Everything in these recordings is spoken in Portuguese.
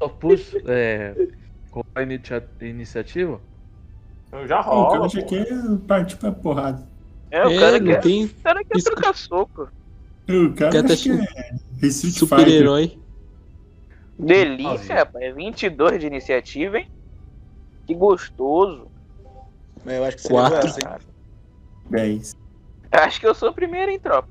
Octopus é, com a inicia- iniciativa? Então já O cara rola. já pô. quer partir pra porrada. É, o cara não quer. tem O cara quer Isso- trocar soco. O cara Quer acho ter que é Street Fighter. super-herói. Delícia, rapaz. 22 de iniciativa, hein? Que gostoso. Mas eu acho que seria assim. Quatro. essa, hein? 10. Acho que eu sou o primeiro em tropa.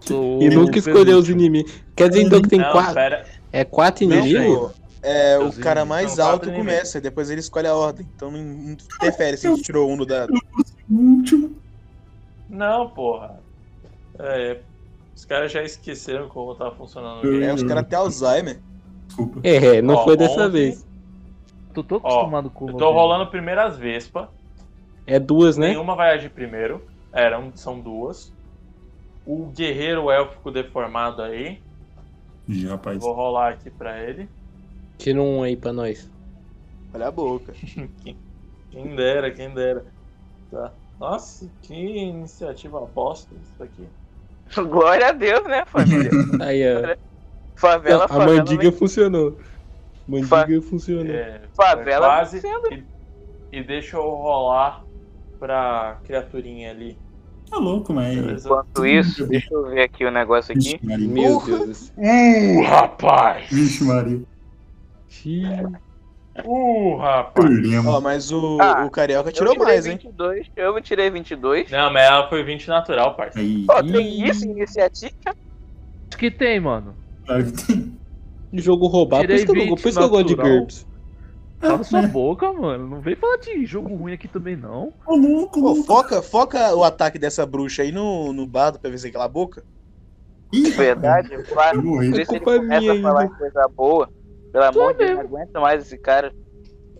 Sou E o nunca escolheu os penúltimo. inimigos. Quer dizer então que tem Não, quatro? pera. É quatro Não, inimigos? pô. É, o Os cara inimigos mais são alto quatro inimigos. começa, e depois ele escolhe a ordem. Então não não interfere se ele tirou um do dado. O último. Não, porra. É, os caras já esqueceram como tava funcionando o Eu- game. É, os caras até Alzheimer. Desculpa. É, não Ó, foi dessa ontem- vez. Tu tô acostumado com o Eu tô nome. rolando primeiro as Vespa. É duas, né? Nenhuma vai agir primeiro. Eram, são duas. O guerreiro élfico deformado aí. Ih, rapaz. Vou rolar aqui pra ele. Tira um aí pra nós. Olha a boca. Quem dera, quem dera. Tá. Nossa, que iniciativa bosta isso aqui. Glória a Deus, né, família? Aí, ó. Favela, a favela, mandiga funcionou. Mandiga funcionou. É, favela quase. sendo- E, e deixa eu rolar pra criaturinha ali. Tá louco, mas. Beleza? Enquanto isso, deixa eu ver aqui o negócio Vixe, aqui. Maria. Meu Porra. Deus. do céu. Uh, rapaz! Vixe, Maria. Xiii. Uh, rapaz! Problema. Ó, mas o, Ah, o Carioca Eu tirou tirei mais, hein? 22, Eu tirei 22. Não, mas ela foi 20 natural, parceiro. Aí, Ó, tem isso, iniciativa. Acho que tem, mano. claro que tem. Jogo roubado. Por Tirei isso que eu, não gosto- por isso que eu gosto de natural. GURPS. Ah, Cala né? sua boca, mano. Não vem falar de jogo ruim aqui também, não. Ô, louco, Pô, louco. foca, foca o ataque dessa bruxa aí no, no bardo pra ver se aquela boca. Ih, É Verdade, rapaz, claro. Eu morri. Por isso ele culpa minha começa a ainda. falar em coisa boa. Pelo amor de Deus, não mesmo. aguento mais esse cara.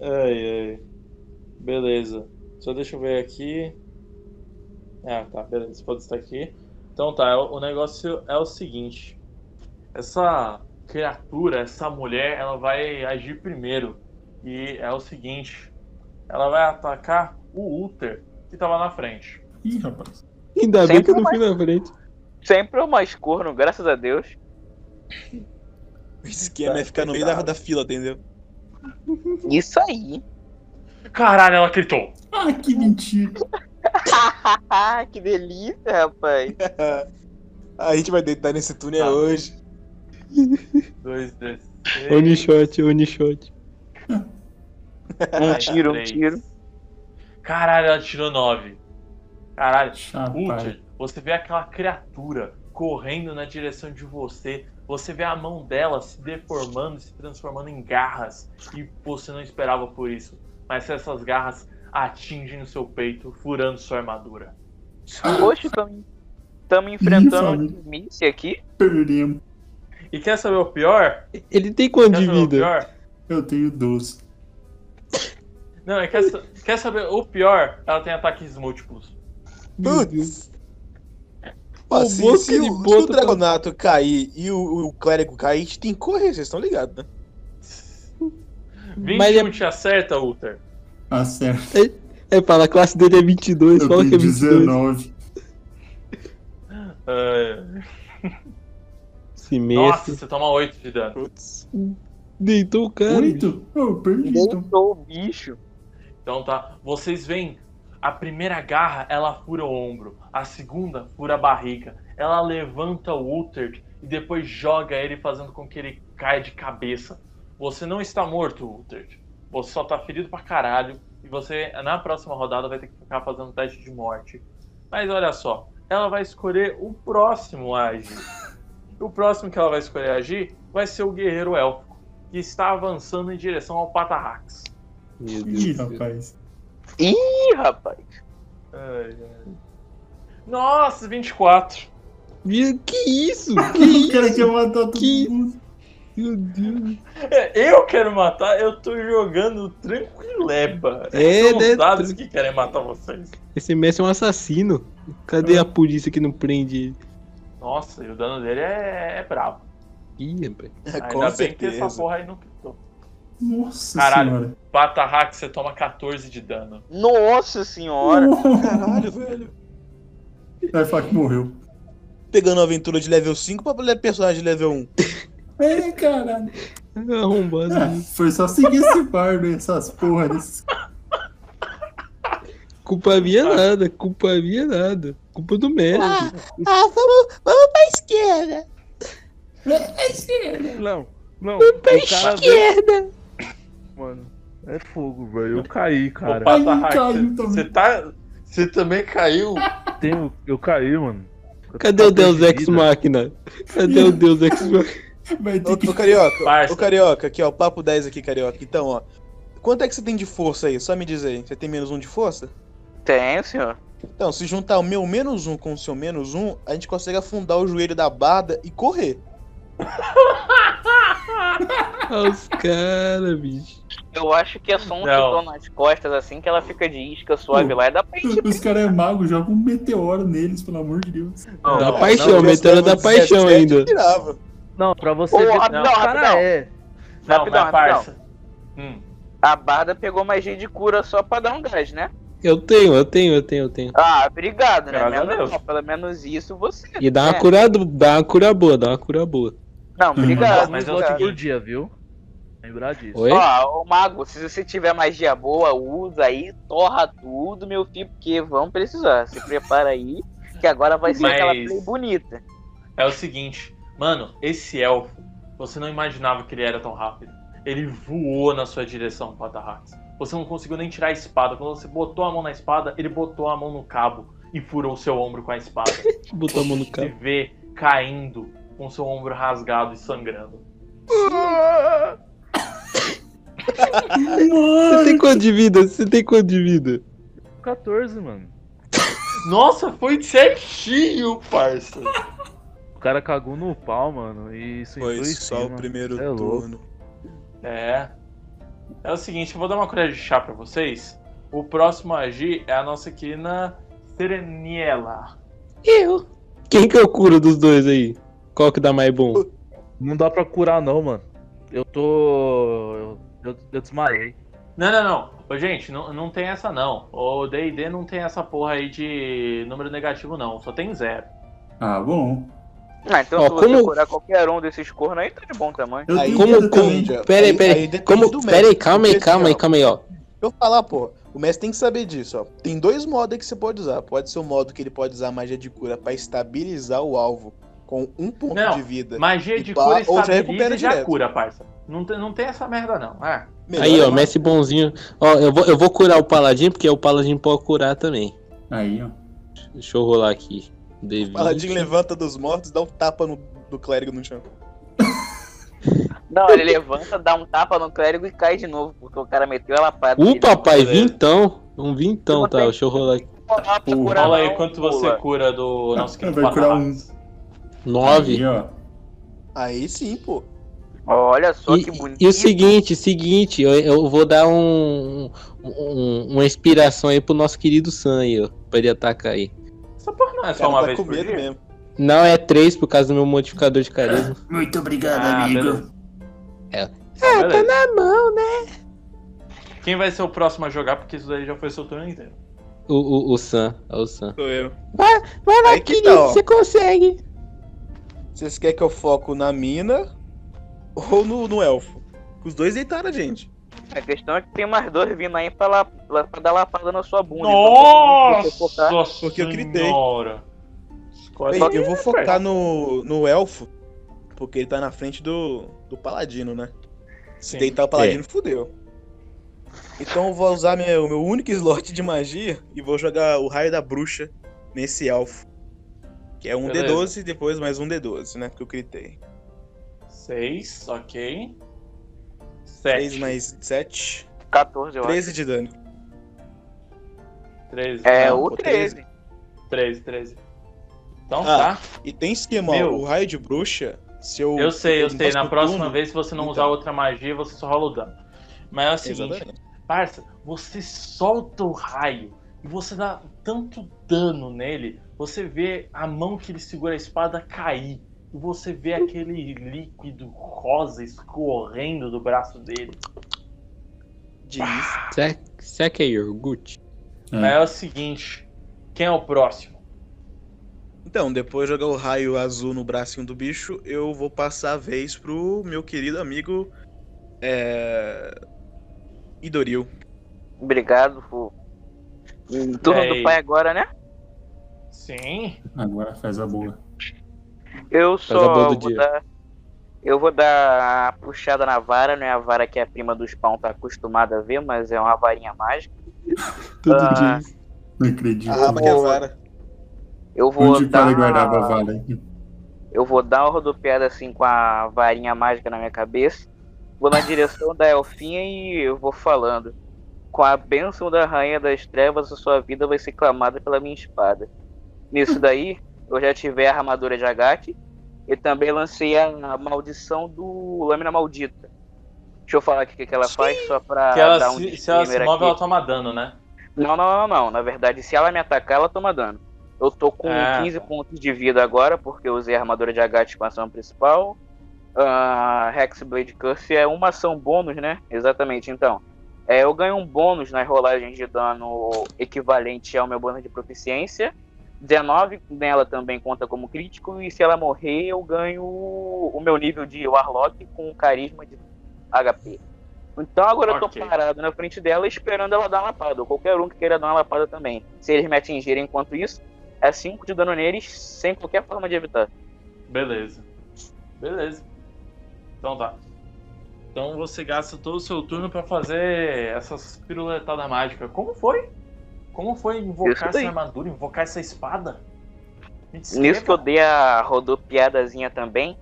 Ai, ai. Beleza. Só deixa eu ver aqui. Ah, tá, beleza. Pode estar aqui. Então tá, o o negócio é o seguinte. Essa criatura, essa mulher, ela vai agir primeiro. E é o seguinte. Ela vai atacar o Uther, que tava na frente. Ih, rapaz. Ainda bem Sempre que eu não vai. fui na frente. Sempre é o mais corno, graças a Deus. O esquema é ficar no meio da, da fila, entendeu? Isso aí. Caralho, ela gritou! Ah, que mentira. Ah, que delícia, rapaz. Ah, A gente vai deitar nesse túnel Tá. hoje. Dois, dois, One três. shot, one shot. Um tiro, um três. tiro. Caralho, ela tirou nove. Caralho. Rapaz. Ultra, você vê aquela criatura correndo na direção de você. Você vê a mão dela se deformando, se transformando em garras. E você não esperava por isso. Mas essas garras atingem o seu peito, furando sua armadura. Ah. Poxa, estamos tamo enfrentando um família. Timícia aqui. Perdemos. E quer saber o pior? Ele tem quanto Quer de saber o vida? pior? Eu tenho 12. Não, é quer, sa- quer saber o pior? Ela tem ataques múltiplos. Meu Deus. Putz. Ó, O se, Boto se, de o, se o Boto- Dragonato cair e o, o Clérigo cair, a gente tem que correr, vocês estão ligados, né? 21 Mas é- te acerta, Ulter. Tá certo. É, fala, a classe dele é 22, Eu fala que é tenho 22. 19. Ah, Esse nossa, mestre. você toma 8 de dano. Putz. Deitou o cara. Oito? Eu perdi, então. Deitou o bicho. Então tá, vocês veem, a primeira garra ela fura o ombro, a segunda fura a barriga, ela levanta o Uther e depois joga ele fazendo com que ele caia de cabeça. Você não está morto, Uther. Você só tá ferido pra caralho e você na próxima rodada vai ter que ficar fazendo teste de morte. Mas olha só, ela vai escolher o próximo a agir. O próximo que ela vai escolher agir vai ser o guerreiro élfico, que está avançando em direção ao Patarrax. Meu Deus Ih, do céu. rapaz. Ih, rapaz. Ai, ai. Nossa, 24. Meu, Que isso? Que O cara isso? quer um- matar todo Que- mundo. Meu Deus. É, Eu quero matar, eu tô jogando tranquileba. É, São né? os dados que querem matar vocês. Esse mestre é um assassino. Cadê a polícia que não prende ele? Nossa, e o dano dele é, é brabo. Ih, rapaz. Ainda Com bem que essa certeza. porra aí não pintou. Nossa Caralho. senhora. Batarrax, você toma 14 de dano. Nossa senhora. Caralho, velho. Vai falar que morreu. Pegando a aventura de level um. 5 pra personagem de level 1. É, caralho. Arrombado. Ah, foi só seguir esse bardo e essas porra desses. Culpa minha Ah. nada, culpa minha nada. Culpa do médico. Ah, vamos, vamos pra esquerda. Não, não. O cara veio- Esquerda. Mano, é fogo, velho. Eu caí, Ô, cara. Pata Ai, Hack, caiu também. Você tá. Você também caiu? Tenho- Eu caí, mano. Cadê o Deus Ex Perdida. Machina? Cadê o Deus Ex Machina? Vai ter Ô, que. ô, carioca, Parça. ô, carioca, aqui, ó, papo 10 aqui, carioca. Então, ó, quanto é que você tem de força aí? Só me diz aí, você tem menos um de força? Hum. Tenho, senhor. Então, se juntar o meu menos um com o seu menos um, a gente consegue afundar o joelho da barda e correr. Olha Ah, os caras, bicho. Eu acho que é só um Não. Hum. titão nas costas, assim, que ela fica de isca suave lá. E dá pra tipo, gente. Os caras é mago, joga um meteoro neles, pelo amor de Deus. Não, Dá não. Se eu paixão, meteora da tivesse levado paixão 17, ainda. eu tirava. Não, pra você Ô, ver rapidão, o cara rapidão. é. Não, Rapidão, mas parça. Hum, A Barda pegou magia de cura só pra dar um gás, né? Eu tenho, eu tenho, eu tenho, eu tenho. Ah, obrigado, né? Graças a Menos, Deus. não, pelo menos isso você. E dá uma É. cura, dá uma cura boa, dá uma cura boa. Não, obrigado. Mas é o seguinte, obrigado. Todo dia, viu? Lembrar disso. Oi? Ó, ô Mago, se você tiver magia boa, usa aí, torra tudo, meu filho, porque vão precisar. Se prepara aí, que agora vai ser Mas- aquela play bonita. é o seguinte, mano, esse elfo, você não imaginava que ele era tão rápido. Ele voou na sua direção, Patarrax. Você não conseguiu nem tirar a espada. Quando você botou a mão na espada, ele botou a mão no cabo e furou seu ombro com a espada. Botou a mão no Você carro. vê caindo com seu ombro rasgado e sangrando. Você Mano, tem quanto de vida? Você tem quanto de vida? 14, mano. Nossa, foi certinho, parça. O cara cagou no pau, mano. E isso Foi só o primeiro É louco. turno. É. É o seguinte, eu vou dar uma colher de chá pra vocês. O próximo a agir é a nossa querida Sereniela. Eu. Quem que eu curo dos dois aí? Qual que dá mais bom? Não dá pra curar, não, mano. Eu tô. Eu, eu, eu desmaiei. Não, não, não. Ô, gente, não, não tem essa não. O D&D não tem essa porra aí de número negativo não, só tem zero. Ah, bom. Ah, então Ó, se você como- curar qualquer um desses cornos aí, tá de bom tamanho. Eu Aí, tenho Como, medo depende, como, também. ó. peraí, Aí- um aí peraí, depende como, do peraí, médico, calma porque aí, assim, é calma aí, ó, calma aí, ó. Deixa eu falar, pô. O mestre tem que saber disso, ó. Tem dois modos aí que você pode usar. Pode ser o modo que ele pode usar a magia de cura pra estabilizar o alvo com um ponto Não, de vida. Magia de E pá, cura ou já estabiliza recupera e já direto. cura, parça. Não tem, não tem essa merda não, é. Melhor Aí, é ó, uma- mestre bonzinho. Ó, eu vou, eu vou curar o paladino, porque o paladino pode curar também. Aí, ó. Deixa eu rolar aqui. D20. Paladino levanta dos mortos, dá um tapa no do clérigo no chão. Não, ele levanta, dá um tapa no clérigo e cai de novo, porque o cara meteu ela para. O papai, Beleza. vintão. Um vintão, tá? Deixa eu rolar aqui. Fala aí quanto você cura do nosso querido Vai curar um. Patarrax. Nove. Aí, ó. Aí sim, pô. Olha só E, que bonito. e o seguinte, seguinte, eu, eu vou dar um, um- uma inspiração aí pro nosso querido Sam aí, ó. Pra ele atacar aí. Essa porra não é O só cara uma tá vez com por medo dia? mesmo. Não é três por causa do meu modificador de carisma. Muito obrigado, Ah, amigo. beleza. É, Ah, beleza. na mão, né? Quem vai ser o próximo a jogar? Porque isso daí já foi seu turno inteiro. O, o, o Sam, é o Sam. Sou eu. Vai lá, Aí que querido, tá, ó. você consegue. Vocês querem que eu foco na mina ou no, no elfo? Os dois deitaram a gente. A questão é que tem mais dois vindo aí pra, la... la- pra dar lapada na sua bunda. então, se você focar- Nossa! Porque eu gritei. Senhora. Escolhe- Bem, eu vou cara. focar no, no elfo, porque ele tá na frente do, do paladino, né? Se Sim. deitar o paladino, fudeu. Então eu vou usar meu, meu único slot de magia e vou jogar o raio da bruxa nesse elfo. Que é um Beleza. D12 e depois mais um D12, né? Porque eu critei. 6, ok. 3 7. mais 7, 14, eu acho. 13 de dano. 13. É, Não, o pô, 13. 13, 13. Então Ah, tá. E tem esquema, Meu. ó, o raio de bruxa, se eu... Eu sei, eu no sei. Na próximo próxima turno- vez, se você não Então. usar outra magia, você só rola o dano. Mas é o seguinte, Exatamente. parça, você solta o raio e você dá tanto dano nele, você vê a mão que ele segura a espada cair. E você vê aquele líquido rosa escorrendo do braço dele. Diz. Será, será Hum. que é iogurte? Mas é o seguinte, quem é o próximo? Então, depois de jogar o raio azul no bracinho do bicho, eu vou passar a vez pro meu querido amigo. É. Idoril. Obrigado, Fu. Hum, Turno É Ei. do pai agora, né? Sim. Agora faz a boa. Eu a só boa do vou dia. dar. Eu vou dar a puxada na vara, não é a vara que a prima do spawn tá acostumada a ver, mas é uma varinha mágica. Todo Ah. dia. Não acredito. A raba que é vara. Eu vou Onde o dar. cara guardava a vara? hein? Eu vou dar uma rodopiada assim com a varinha mágica na minha cabeça. Vou na direção da elfinha e eu vou falando. Com a bênção da rainha das trevas, a sua vida vai ser clamada pela minha espada. Nisso daí, eu já tive a armadura de Agaki e também lancei a, a maldição do Lâmina Maldita. Deixa eu falar aqui o que, que ela faz, só pra que ela dar um se, se ela se disclaimer move, aqui. ela toma dano, né? Não, não, não, não. Na verdade, se ela me atacar, ela toma dano. Eu tô com Ah. 15 pontos de vida agora, porque eu usei a armadura de H de expansão principal. Ah, Hexblade Curse é uma ação bônus, né? Exatamente, então. é, eu ganho um bônus nas rolagens de dano equivalente ao meu bônus de proficiência. 19 nela também conta como crítico, e se ela morrer, eu ganho o meu nível de Warlock com carisma de HP. Então agora eu Ok. tô parado na frente dela esperando ela dar uma lapada, ou qualquer um que queira dar uma lapada também. Se eles me atingirem enquanto isso, é 5 de dano neles sem qualquer forma de evitar. Beleza. Beleza. Então tá. Então você gasta todo o seu turno pra fazer essas piruletadas mágicas. Como foi? Como foi Isso invocar essa daí. armadura, invocar essa espada? Me Nisso que eu descreva. dei a rodopiadazinha também,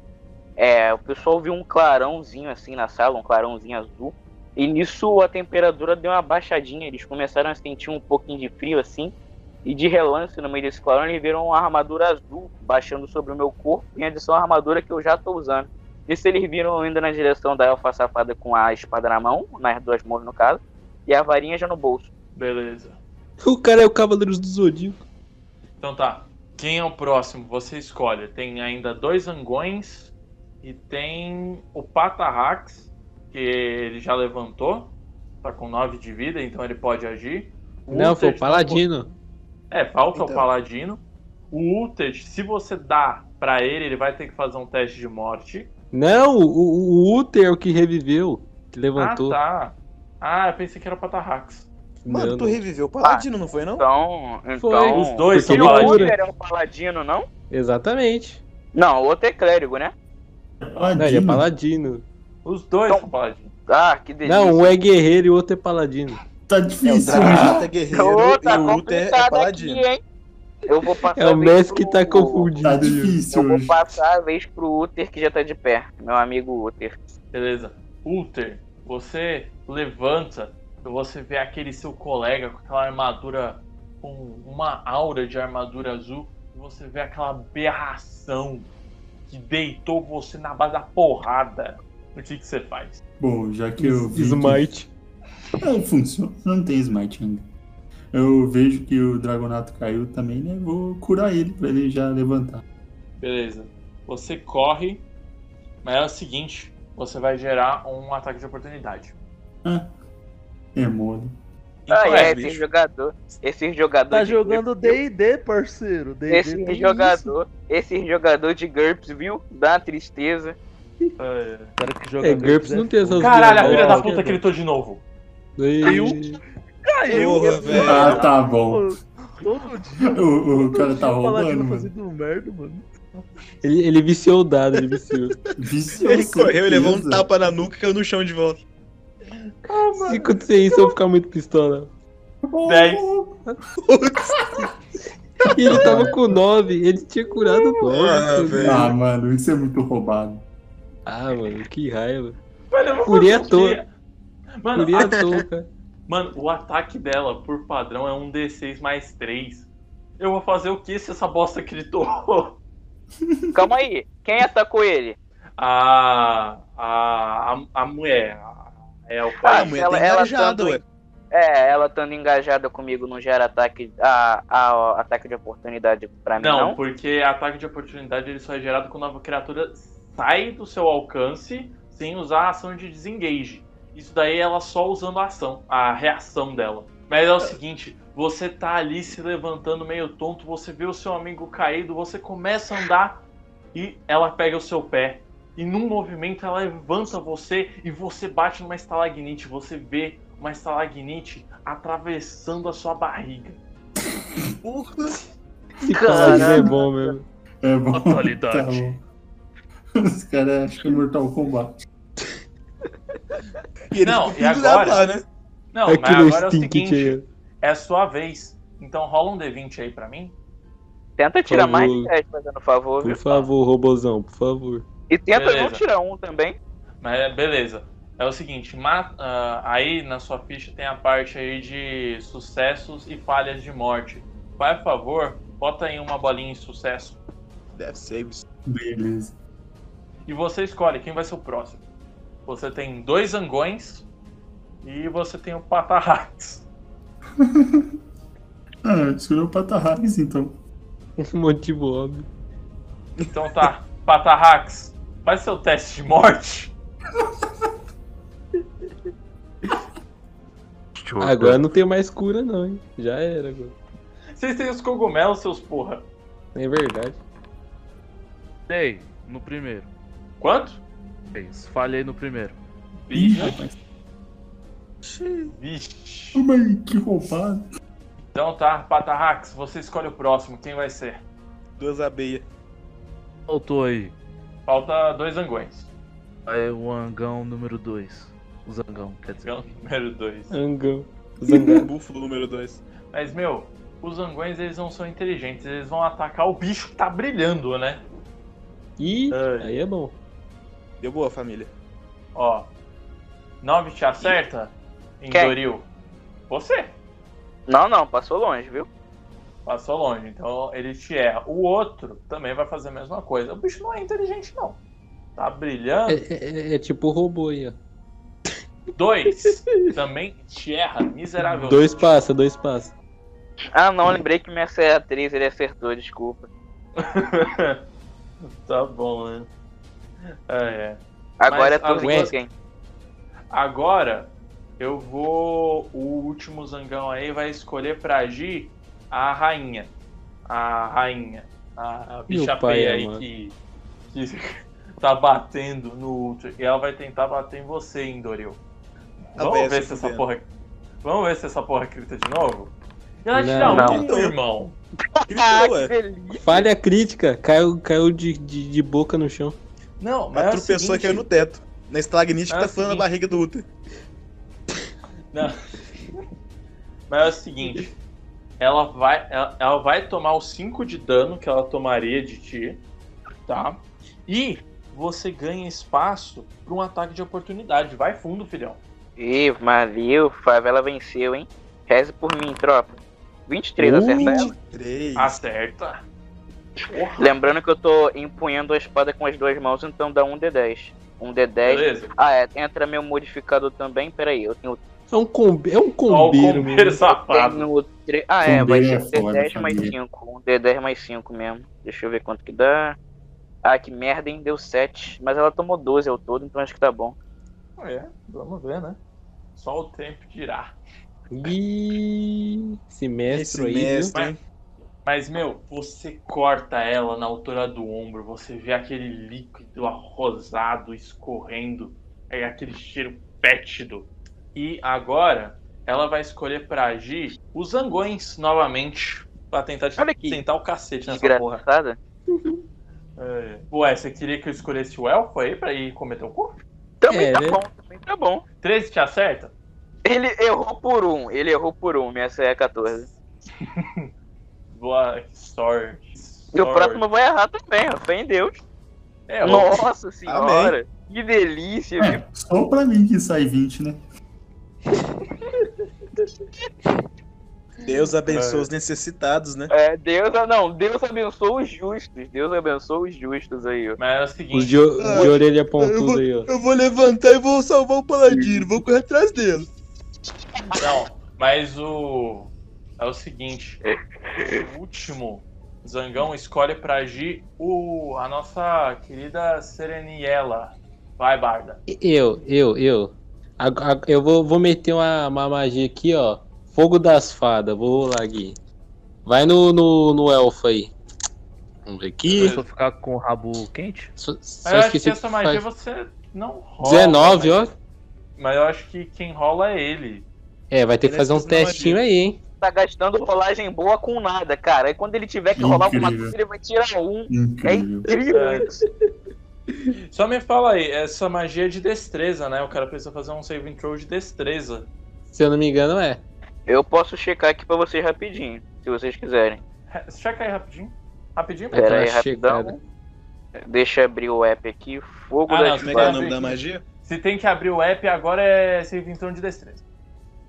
é, o pessoal viu um clarãozinho assim na sala, um clarãozinho azul. E nisso a temperatura deu uma baixadinha, eles começaram a sentir um pouquinho de frio assim. E de relance no meio desse clarão, eles viram uma armadura azul baixando sobre o meu corpo, em adição à armadura que eu já tô usando. Nisso eles viram ainda na direção da elfa safada com a espada na mão, nas duas mãos no caso, e a varinha já no bolso. Beleza. O cara é o Cavaleiros do Zodíaco. Então tá. Quem é o próximo? Você escolhe. Tem ainda dois angões e tem o Patarrax, que ele já levantou. Tá com 9 de vida, então ele pode agir. O Não, foi o Uther tá Paladino. É, falta o Então. paladino. O Uthed, se você dá pra ele, ele vai ter que fazer um teste de morte. Não, o, o o Uther é o que reviveu, que levantou. Ah, tá. Ah, eu pensei que era o Patarrax. Não, Mano, tu não. reviveu o Paladino, não foi não? Então, Foi. então... Os dois são porque ele O cura. paladino. Oliver é um paladino, não? Exatamente. Não, o outro é clérigo, né? Não, ele é Paladino. paladino. Os dois Então- são paladino. Ah, que delícia. Não, um é guerreiro e o outro é paladino. Tá É, o difícil. Dragata é guerreiro Ô, tá e o Uther é complicado paladino. aqui, hein? Eu vou passar É o a vez mestre pro- que tá confundindo. tá difícil Eu vou hoje. passar a vez pro Uther que já tá de pé, meu amigo Uther. Beleza. Uther, você levanta e você vê aquele seu colega com aquela armadura, com uma aura de armadura azul. E você vê aquela aberração que deitou você na base da porrada. O que, que você faz? Bom, já que eu vi que... Smite. É, funciona. Não tem smite ainda. Eu vejo que o Dragonato caiu também, né? Vou curar ele pra ele já levantar. Beleza. Você corre, mas é o seguinte, você vai gerar um ataque de oportunidade. É mole. Ah, Então é, é, esse bicho. jogador. Esse jogador. Tá de jogando D&D, parceiro. D&D GURPS, tem Esse isso. jogador. Esse jogador de GURPS, viu? Dá uma tristeza. É. O cara que joga É, GURPS não tem essas Caralho, a Deus, filha Deus, da puta gritou de novo. Ih, Caiu. Porra, velho. Ah, tá bom. Todo dia. O, o cara tá o roubando, Paladino mano. fazendo merda, mano. Ele, ele viciou o dado, ele viciou. Vicioso. Ele correu e levou um certeza. tapa na nuca e caiu no chão de volta. Se acontecer isso, eu vou ficar muito pistola. 10. E ele tava com 9, ele tinha curado 9. Ah, velho. Ah, mano, isso é muito roubado. Ah, mano, que raiva. Velho, eu vou Curia à fazer toa. o quê? Mano, Curia a- à toa, cara. mano, o ataque dela, por padrão, é um D6 mais 3. Eu vou fazer o que se essa bosta gritou? Calma aí. Quem atacou ele? A. A. A, a mulher. A é elfa. Ah, Ah, a mulher ela- tá ela engajada, tanto- ué. É, ela estando engajada comigo não gera ataque, a, a- ataque de oportunidade pra mim, Não, não? porque ataque de oportunidade ele só é gerado quando a criatura sai do seu alcance sem usar a ação de desengage. Isso daí é ela só usando a ação, a reação dela. Mas é o seguinte, você tá ali se levantando meio tonto, você vê o seu amigo caído, você começa a andar e ela pega o seu pé. E num movimento ela levanta você e você bate numa estalagmite. Você vê uma estalagmite atravessando a sua barriga. Porra. Esse Caralho. quadrinho é bom mesmo. É bom. Fatalidade. Tá bom. Os caras acham que é Mortal Kombat. E ele Não, ficou e pendurado agora? lá, né? Não, mas Aquilo agora é o stink seguinte, aí. é a sua vez. Então rola um D20 aí pra mim. Tenta tirar favor. mais de 10, fazendo favor, Por viu? favor, robozão, por favor. E tenta não Beleza. tirar um também. Mas beleza. É o seguinte, ma- ah, aí na sua ficha tem a parte aí de sucessos e falhas de morte. Por favor, bota aí uma bolinha em sucesso. Death saves. Beleza. E você escolhe quem vai ser o próximo. Você tem dois angões e você tem o patarrax. Ah, escolheu o Patarrax, então. Um monte de bob. Então tá, patarrax, faz seu teste de morte. Deixa eu ver. Agora não tem mais cura, não, hein? Já era agora. Vocês têm os cogumelos, seus porra. É verdade. Dei no primeiro. Quanto? Fez. Falhei no primeiro. Ih, rapaz. Vixe. Como aí, que roubado. Então tá, patarrax, você escolhe o próximo, quem vai ser? Duas abelhas. Faltou aí. Falta dois angões. Aí o Angão número 2. O Zangão, quer dizer. Angão Então, número dois. Angão. Zangado. um Búfalo número 2. Mas meu, os angões eles não são inteligentes, eles vão atacar o bicho que tá brilhando, né? Ih, Ai. aí é bom. Deu boa, família. Ó. 9 te acerta? Quem? Indoril. Você. Não, não, passou longe, viu? Passou longe, então ele te erra. O outro também vai fazer a mesma coisa. O bicho não é inteligente, não. Tá É, brilhando. é- é- é tipo robô aí, ó. Dois. Também te erra miseravelmente. Dois passa, dois passa. Ah, não, lembrei que minha atriz ele acertou, desculpa. Tá bom, né? É, é. Agora Mas é tudo agora- de quem? Agora eu vou. O último zangão aí vai escolher pra agir a rainha. A rainha. A, a bicha pai é, feia aí amado. que, que tá batendo no Ultra. E ela vai tentar bater em você, Indoril. A Vamos véia ver se se essa fudendo. porra. Vamos ver se essa porra crita de novo? E ela te Não. dá um, Não. irmão. Ah, Grita, que ué. delícia! Falha crítica, caiu, caiu de, de, de boca no chão. Não, mas. é o Atropessou e seguinte- caiu no teto. Na estalagmite É que o tá falando na seguinte. barriga do útero. Mas é o seguinte, ela vai, ela, ela vai tomar os 5 de dano que ela tomaria de ti, tá? E você ganha espaço para um ataque de oportunidade. Vai fundo, filhão. Ih, mas viu, favela venceu, hein? Reze por mim, tropa. 23 acerta ela. 23. Acerta. Porra, Lembrando que eu tô empunhando a espada com as duas mãos, então dá um D10. Um D10. beleza. Ah, é, entra meu modificador também, peraí, eu tenho, É um, combi, é Ó, um o combeiro, combeiro mesmo. safado. tenho tre... Ah, é, vai ser Combeiro um é foda, D10 mais família. 5. Um D10 mais 5 mesmo. Deixa eu ver quanto que dá. Ah, que merda, hein? Deu 7. Mas ela tomou 12 ao todo, então acho que tá bom. É, vamos ver, né? Só o tempo dirá. Ih, esse Esse mestre aí, viu? mestre, Vai. hein? Mas, meu, você corta ela na altura do ombro, você vê aquele líquido arrosado escorrendo, é aquele cheiro fétido. E agora, ela vai escolher pra agir os zangões novamente, pra tentar te Olha aqui. tentar o cacete nessa porra. Desgraçada. É. Ué, você queria que eu escolhesse o elfo aí pra ir cometer o cu? Também É, tá né? bom, também tá bom. 13 te acerta? Ele errou por um, ele errou por um, minha é 14. Boa sorte. E o sorte. próximo vai errar também, ó, fé em Deus. É, o- Nossa senhora, que delícia, viu? É, só pra mim que sai 20, né? Deus É. abençoa os necessitados, né? É, Deus, não, Deus abençoa os justos, Deus abençoa os justos aí, ó. Mas é o Os seguinte, de, o- de orelha pontuda aí, ó. Eu vou levantar e vou salvar o paladino. Vou correr atrás dele. Não, mas o. É o seguinte. O último Zangão escolhe pra agir o. a nossa querida Sereniela. Vai, Barda. Eu, eu, eu. Ag- ag- eu vou, vou meter uma, uma magia aqui, ó. Fogo das fadas, vou rolar aqui. Vai no, no, no elfo aí. Vamos ver aqui. Beleza. Se eu ficar com o rabo quente, Só, só Mas eu acho esqueci que o essa que magia faz. você não rola. 19, mas- ó. Mas eu acho que quem rola é ele. É, vai ter que fazer um Beleza, testinho aí, hein? Tá gastando rolagem boa com nada, cara. E quando ele tiver que rolar alguma Incrível. coisa, ele vai tirar um. É Incrível. incrível isso. Só me fala aí, essa magia é de destreza, né? O cara precisa fazer um saving throw de destreza. Se eu não me engano, é. Eu posso checar aqui pra vocês rapidinho, se vocês quiserem. Re- Checa aí rapidinho. Rapidinho? É. Pera aí, uma rapidão. Deixa eu abrir o app aqui. Fogo Ah, das não, Como é que é Vai. o nome da magia? Se tem que abrir o app, agora é saving throw de destreza.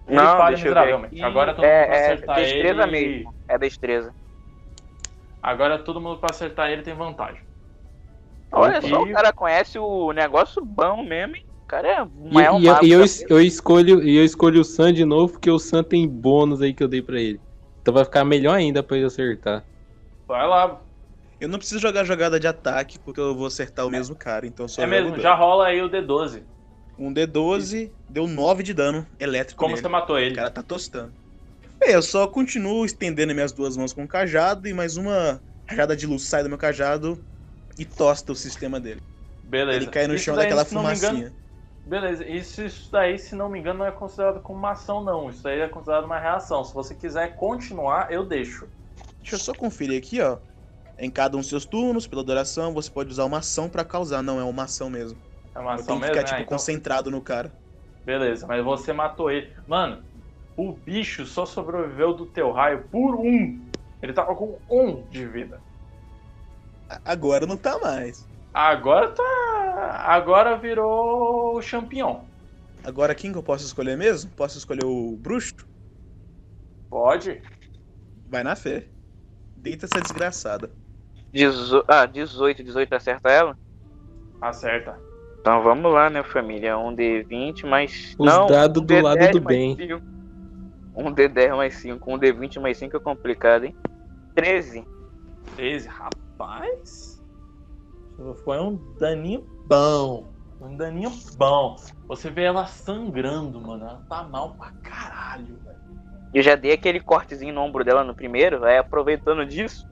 Ele Não, falha deixa eu ver miseravelmente. aqui. Agora todo mundo pra É, é acertar destreza ele. mesmo. É destreza. Agora todo mundo pra acertar ele tem vantagem. Olha Ok. só, o cara conhece o negócio bom mesmo, hein? O cara é o E, maior e eu, mago e eu da es- eu escolho, e eu escolho o Sam de novo, porque o Sam tem bônus aí que eu dei pra ele. Então vai ficar melhor ainda pra ele acertar. Vai lá. Eu não preciso jogar jogada de ataque, porque eu vou acertar o mesmo cara, então eu só é jogo mesmo, dano. já rola aí o D12. Um D12, deu 9 de dano elétrico Como nele. você Hum. matou O ele. cara tá tostando. Bem, eu só continuo estendendo minhas duas mãos com o cajado e mais uma rajada de luz sai do meu cajado e tosta o sistema dele. Beleza. Ele cai no Isso chão daí, daquela se não me engano- fumacinha. Beleza, isso, isso daí, se não me engano, não é considerado como uma ação, não. Isso daí é considerado uma reação. Se você quiser continuar, eu deixo. Deixa eu só conferir aqui, ó. Em cada um dos seus turnos, pela duração, você pode usar uma ação pra causar. Não, é uma ação mesmo. É uma Eu tenho ação que mesmo, ficar, né? tipo, Então, concentrado no cara. Beleza, mas você matou ele. Mano, o bicho só sobreviveu do teu raio por um. Ele tava com um de vida. A- Agora não tá mais. Agora tá. Agora virou o champignon. Agora quem que eu posso escolher mesmo? Posso escolher o bruxo? Pode? Vai na fé. Deita essa desgraçada. Dezo... Ah, 18, 18 acerta ela? Acerta. Então vamos lá, né, família? Um D20 mais. Os não, dados um do D10 lado do mais bem. cinco. Um D10 mais 5, um D20 mais 5 é complicado, hein? 13. 13. Rapaz. Foi um daninho bom. Um daninho bom. Você vê ela sangrando, mano. Ela tá mal pra caralho, velho. Eu já dei aquele cortezinho no ombro dela no primeiro, aí aproveitando disso,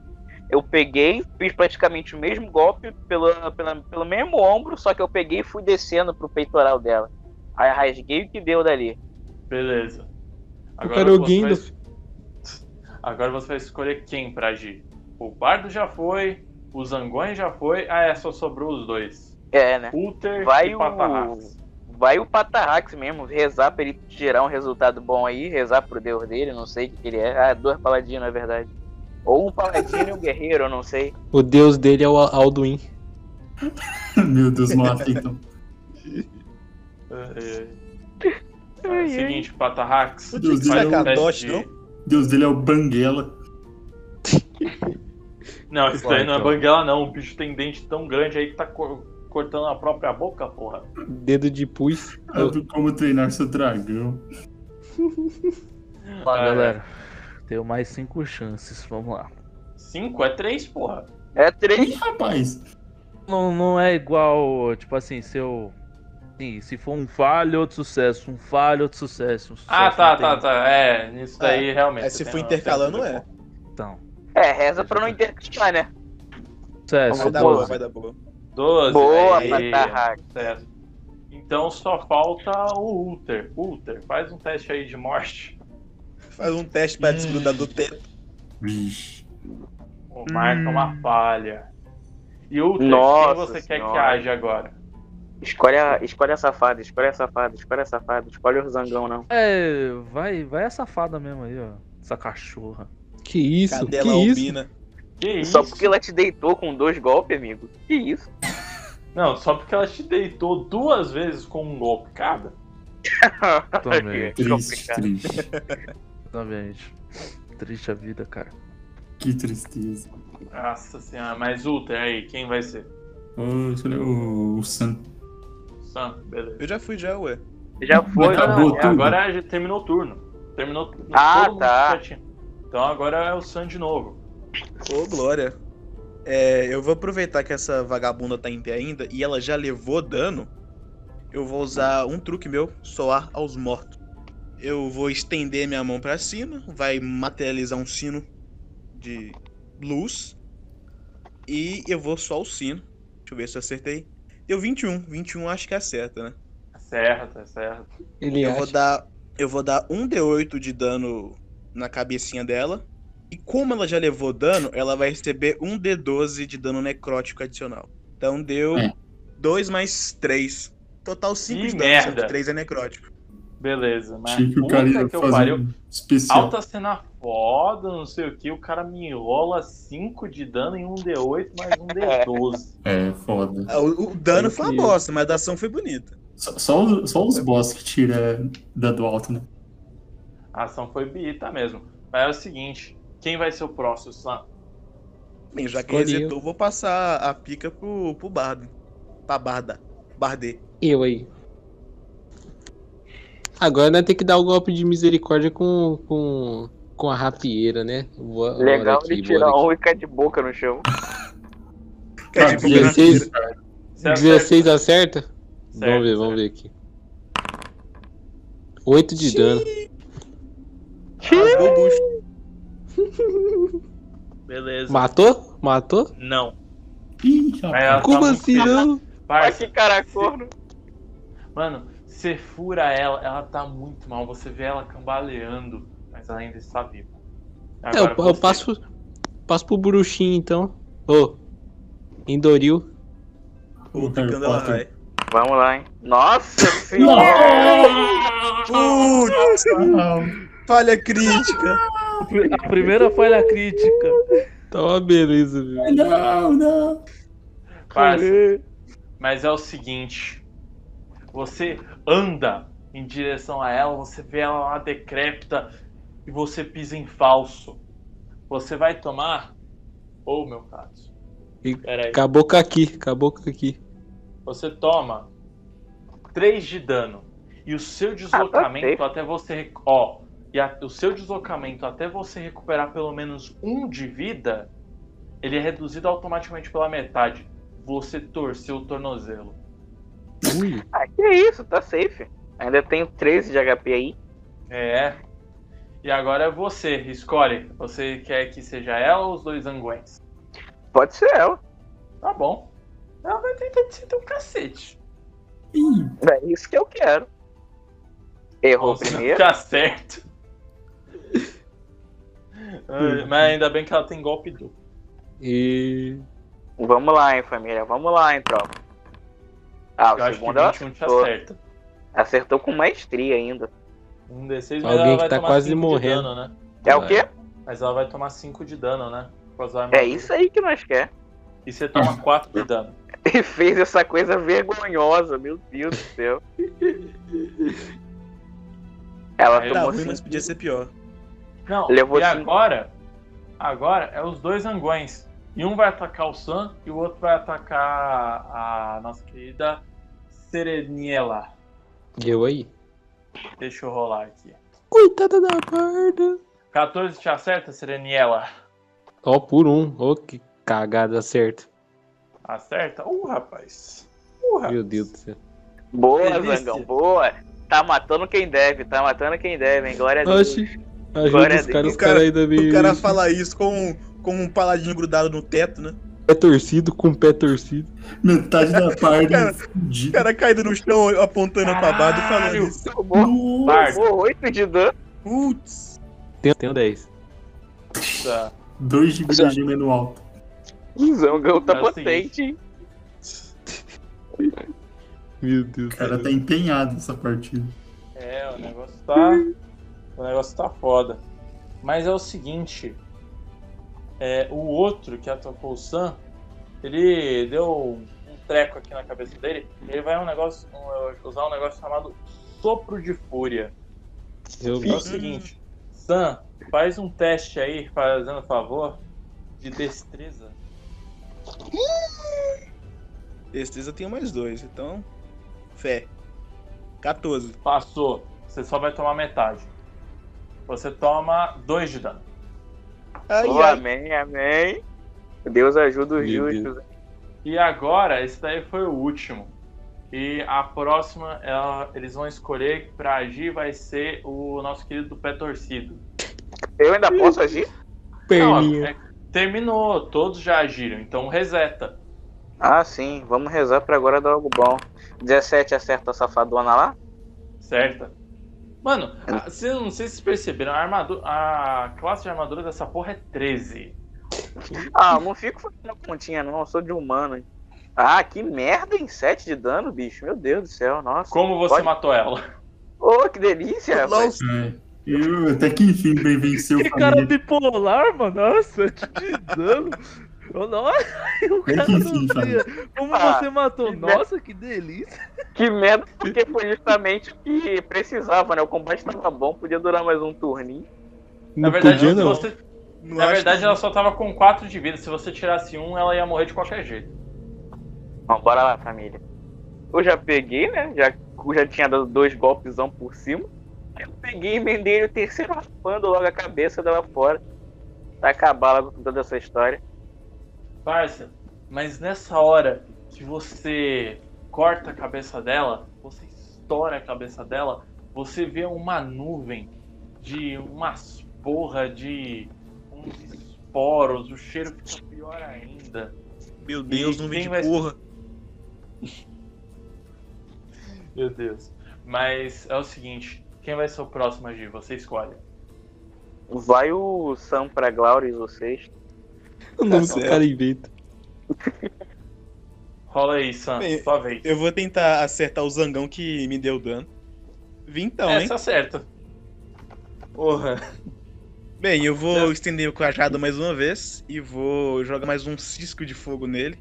eu peguei, fiz praticamente o mesmo golpe pela, pela, pelo mesmo ombro, só que eu peguei e fui descendo pro peitoral dela. Aí rasguei o que deu dali. Beleza. O cara é o você vai- Gandalf. Agora você vai escolher quem pra agir. O bardo já foi, o zangões já foi. Ah, é, só sobrou os dois. É, né? Uther Vai e o- Patarrax. Vai o Patarrax mesmo, rezar pra ele gerar um resultado bom aí, rezar pro deus dele, não sei o que que ele é. Ah, dois paladinos, na verdade. Ou um paladino e um guerreiro, eu não sei. O deus dele é o Al- Alduin. Meu Deus, então. não aceitam. É, é o seguinte, Patarrax. O Deus faz dele é um teste Kadosh, de- não? Deus dele é o Banguela. Não, isso daí não é Então. banguela, não. O bicho tem dente tão grande aí que tá co- cortando a própria boca, porra. Dedo de pus. É do Como Treinar Seu Dragão. Fala, É. galera. Tenho mais cinco chances, vamos lá. Cinco é três, porra. É três. Ih, rapaz. Não, não é igual, tipo assim, se eu. Sim, se for um falho, outro sucesso. Um falho, outro sucesso. Um Ah, sucesso, tá, não tem- tá, tá. É, nisso daí realmente. É, se você for tem- intercalando, tem- é. Então, É, reza pra não intercalar, né? sucesso. Vai dar boa, vai dar boa. Doze. Boa, aí, Patarrax. certo. Então só falta o Ulter. Ulter, faz um teste aí de morte. Faz um teste Hum. pra desgrudar do teto. Vixe. Hum. Pô, Marca uma falha. E Ulter, Nossa quem você quer que senhora. haja agora? Escolhe a, escolhe a safada, escolhe a safada, escolhe a safada, escolhe o zangão, não. É, vai, vai a safada mesmo aí, ó. Essa cachorra. Que isso, Cadela que isso. albina. Que isso? Só porque ela te deitou com dois golpes, amigo. Que isso? Não, só porque ela te deitou duas vezes com um golpe cada. Também, Que Triste, complicado. triste. também, gente. Triste a vida, cara. Que tristeza. Nossa senhora, mas Ulter aí, quem vai ser? Ô, deixa eu ler o, o Sam. Sam, beleza. Eu já fui já, ué. Já foi, né? Acabou não, tudo. Agora já terminou o turno. Terminou t- Ah, todo mundo tá. certinho. Então agora é o Sam de novo. Ô, Glória. É, eu vou aproveitar que essa vagabunda tá em pé ainda e ela já levou dano. Eu vou usar um truque meu, soar aos mortos. Eu vou estender minha mão pra cima, vai materializar um sino de luz. E eu vou só o sino. Deixa eu ver se eu acertei. Deu 21. 21 acho que acerta, né? Certo, certo. Ele Eu vou acha. dar, eu vou dar um D8 de dano na cabecinha dela. E como ela já levou dano, ela vai receber um D12 de dano necrótico adicional. Então deu É. 2 mais 3. Total 5 Ih, de dano, sendo merda. que 3 é necrótico. Beleza, mas. Achei que o cara ia Puta que eu fazer pariu. um especial. Alta cena foda, não sei o que. O cara me enrola 5 de dano em um D8 mais um D12. É, foda. Ah, O, o dano Sim, foi uma sim. bosta, mas a ação foi bonita. Só, só os, só os boss que tira dado alto, né? A ação foi bita mesmo. Mas é o seguinte: quem vai ser o próximo, Sam? Bem, já que Escolhi. resetou, vou passar a pica pro, pro bardo. Pra barda. Bardê. Eu aí. Agora nós temos que dar o golpe de misericórdia com, com, com a rapieira, né? Boa- bora Legal aqui, ele bora tirar aqui. um e cai de boca no chão. Que é Ah, de boca na 16, Você acerta? 16 acerta? Certo, vamos ver, certo. vamos ver aqui. 8 de dano. Rasgou o bucho. Beleza. Matou? Matou? Não. Ih, né? Aí rapaz. ela tá Como muito assim feliz. não? Ai, Parça, que cara corno. Mano, você fura ela, ela tá muito mal. Você vê ela cambaleando, mas ela ainda está viva. É, eu, Agora eu você. passo, passo pro bruxinho então. Ô, Endoril. O Harry picando ela Potter. vai. Vamos lá, hein? Nossa senhora! Putz, Ah, falha crítica. A primeira falha crítica. Tá uma beleza, viu? Não, não. Parça, Mas é o seguinte: você anda em direção a ela, você vê ela lá decrépita e você pisa em falso. Você vai tomar. Ou, meu caso. E- Peraí. Acabou com aqui, acabou com aqui. Você toma 3 de dano. E o seu deslocamento até você. rec- Ó. E a- o seu deslocamento até você recuperar pelo menos um de vida, ele é reduzido automaticamente pela metade. Você torceu o tornozelo. Ui, Ah, que isso, tá safe. Ainda tenho 13 de HP aí. É. E agora é você, escolhe. Você quer que seja ela ou os dois anguentes? Pode ser ela. Tá bom. Ela vai tentar te sentar um cacete. Ih, É isso que eu quero. Errou Nossa, primeiro. Tá certo. Ai, Mas ainda bem que ela tem golpe duplo. E. Vamos lá, hein, família. Vamos lá, hein, tropa. Eu Ah, o acho que segundo ela 21 te acertou. acerta. Acertou com maestria ainda. Um D6, mas Alguém ela que vai tá tomar quase 5 morrendo. de dano, né? É o quê? Mas ela vai tomar 5 de dano, né? Por causa da É armadura. isso aí que nós quer. E você toma 4 de dano. E fez essa coisa vergonhosa, meu Deus do céu. Ela Aí Tá tomou ruim, mas cinco. podia ser pior. Não, Levou e cinco. agora, agora é os dois angões. E um vai atacar o Sam e o outro vai atacar a nossa querida Sereniela. E eu aí? Deixa eu rolar aqui. Coitada da barda. 14 te acerta, Sereniela? Ó, por um. Ó, que cagada certo. Acerta? Uh, rapaz. Uh, rapaz. Meu Deus do céu. Boa, Delícia. Zangão, boa. Tá matando quem deve, tá matando quem deve, hein? Glória a Deus. Oxi. Glória Ajuda a os Deus. caras, os O cara- caras ainda me. O cara fala isso com, com um paladino grudado no teto, né? Pé torcido, com o pé torcido. metade da Cara, parte O fudida. cara caído no chão, apontando pra barda e Caralho. falando isso. Nossa, Tomou, Bardo. tomou 8 de dano. Putz. Tenho, tenho 10. dois de gradina no alto. O Zangão tá É o potente, hein? Meu Deus O cara do tá céu. empenhado nessa partida. É, o negócio tá. O negócio tá foda. Mas é o seguinte. É, o outro que atacou o Sam, ele deu um treco aqui na cabeça dele. Ele vai um negócio, um- usar um negócio chamado sopro de fúria. Eu É o seguinte, Sam, faz um teste aí, fazendo favor, de destreza. Destreza tem mais dois, então. Fé. 14. Passou, você só vai tomar metade. Você toma 2 de dano. Ai, Oh, ai. amém, amém. Deus ajuda os Meu justos. E agora, esse daí foi o último. E a próxima, ela- eles vão escolher pra agir, vai ser o nosso querido do pé torcido. Eu ainda posso agir? Não, é- terminou, todos já agiram, então reseta. Ah, sim. Vamos rezar pra agora dar algo bom. 17 acerta a safadona lá? Certa. Mano, a- cê- não sei se vocês perceberam, a, armadu- a classe de armadura dessa porra é 13. Ah, não fico fazendo continha, não. Eu sou de humano. Ah, que merda em 7 de dano, bicho. Meu Deus do céu, nossa. Ô, Como você Pode- matou ela? que delícia, rapaz. Nossa, É. Eu até que enfim bem venceu Que o cara família. bipolar, mano. Nossa, que dano. Eu, nossa, o que cara sim, não família. sabia. Como Ah, você matou? que Nossa, que delícia. Que merda, porque foi justamente o que precisava, né? O combate tava bom, podia durar mais um turninho. Na Não verdade, podia, não. você- não na acho verdade que- ela só tava com 4 de vida. Se você tirasse um, ela ia morrer de qualquer jeito. Bom, bora lá, família. Eu já peguei, né? Já, eu já tinha dado dois golpezão por cima. Aí eu peguei e emendei o terceiro raspando logo a cabeça dela fora. Pra acabar logo com toda essa história. Parça, mas nessa hora que você corta a cabeça dela, você estoura a cabeça dela, você vê uma nuvem de umas porra de uns esporos, o cheiro fica pior ainda. Meu Deus, E não vem quem de vai- porra. Meu Deus. Mas é o seguinte, quem vai ser o próximo a agir? Você escolhe. Vai o Sam pra Glauris, vocês. O nome que o cara inventa. Rola aí, Sam, Bem, sua vez. Eu vou tentar acertar o zangão que me deu dano. Vintão, então, hein? Essa acerta. É, Porra. Bem, eu vou estender o cajado mais uma vez e vou jogar mais um cisco de fogo nele,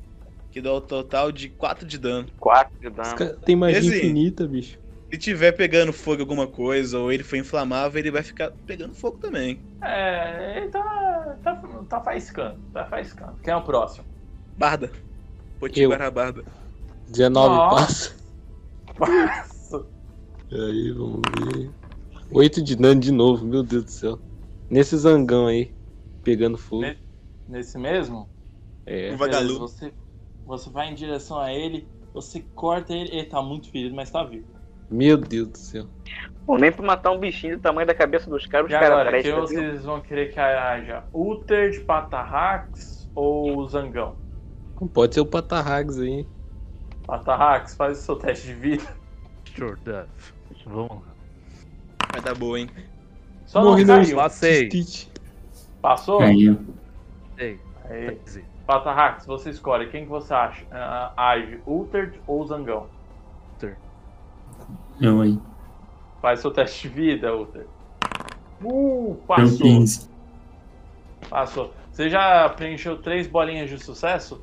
que dá o total de 4 de dano. 4 de Esse dano. cara tem magia Ah. Esse- infinita, bicho. Se tiver pegando fogo alguma coisa ou ele for inflamável, ele vai ficar pegando fogo também. É, ele tá, tá, tá faiscando, tá faiscando. Quem é o próximo? Barda. Eu. Potiguara Barda. 19 Nossa. passa. Nossa. Aí, vamos ver. 8 de dano de novo, meu Deus do céu. Nesse zangão aí, pegando fogo. Ne- Nesse mesmo? É. O Vagalu. Beleza, Você, você vai em direção a ele, você corta ele. Ele tá muito ferido, mas tá vivo. Meu Deus do céu. Pô, nem pra matar um bichinho do tamanho da cabeça dos caras, E os caras agora, quem prestam. viu? vocês vão querer que haja? Uther, Patarrax ou Zangão? Não pode ser o Patarrags aí. Patarrax, faz o seu teste de vida. Sure death. Vamos lá. Vai dar boa, hein? Só Morri não no caiu. Passei. Stitch. Passou? Aí, ó. Ei, tá Aí. quer dizer, Patarrax, você escolhe. Quem que você acha? ah, age, Uther ou Zangão? Eu aí. Faz seu teste de vida, Uther. Uh, Eu passou. 15. Passou. Você já preencheu três bolinhas de sucesso?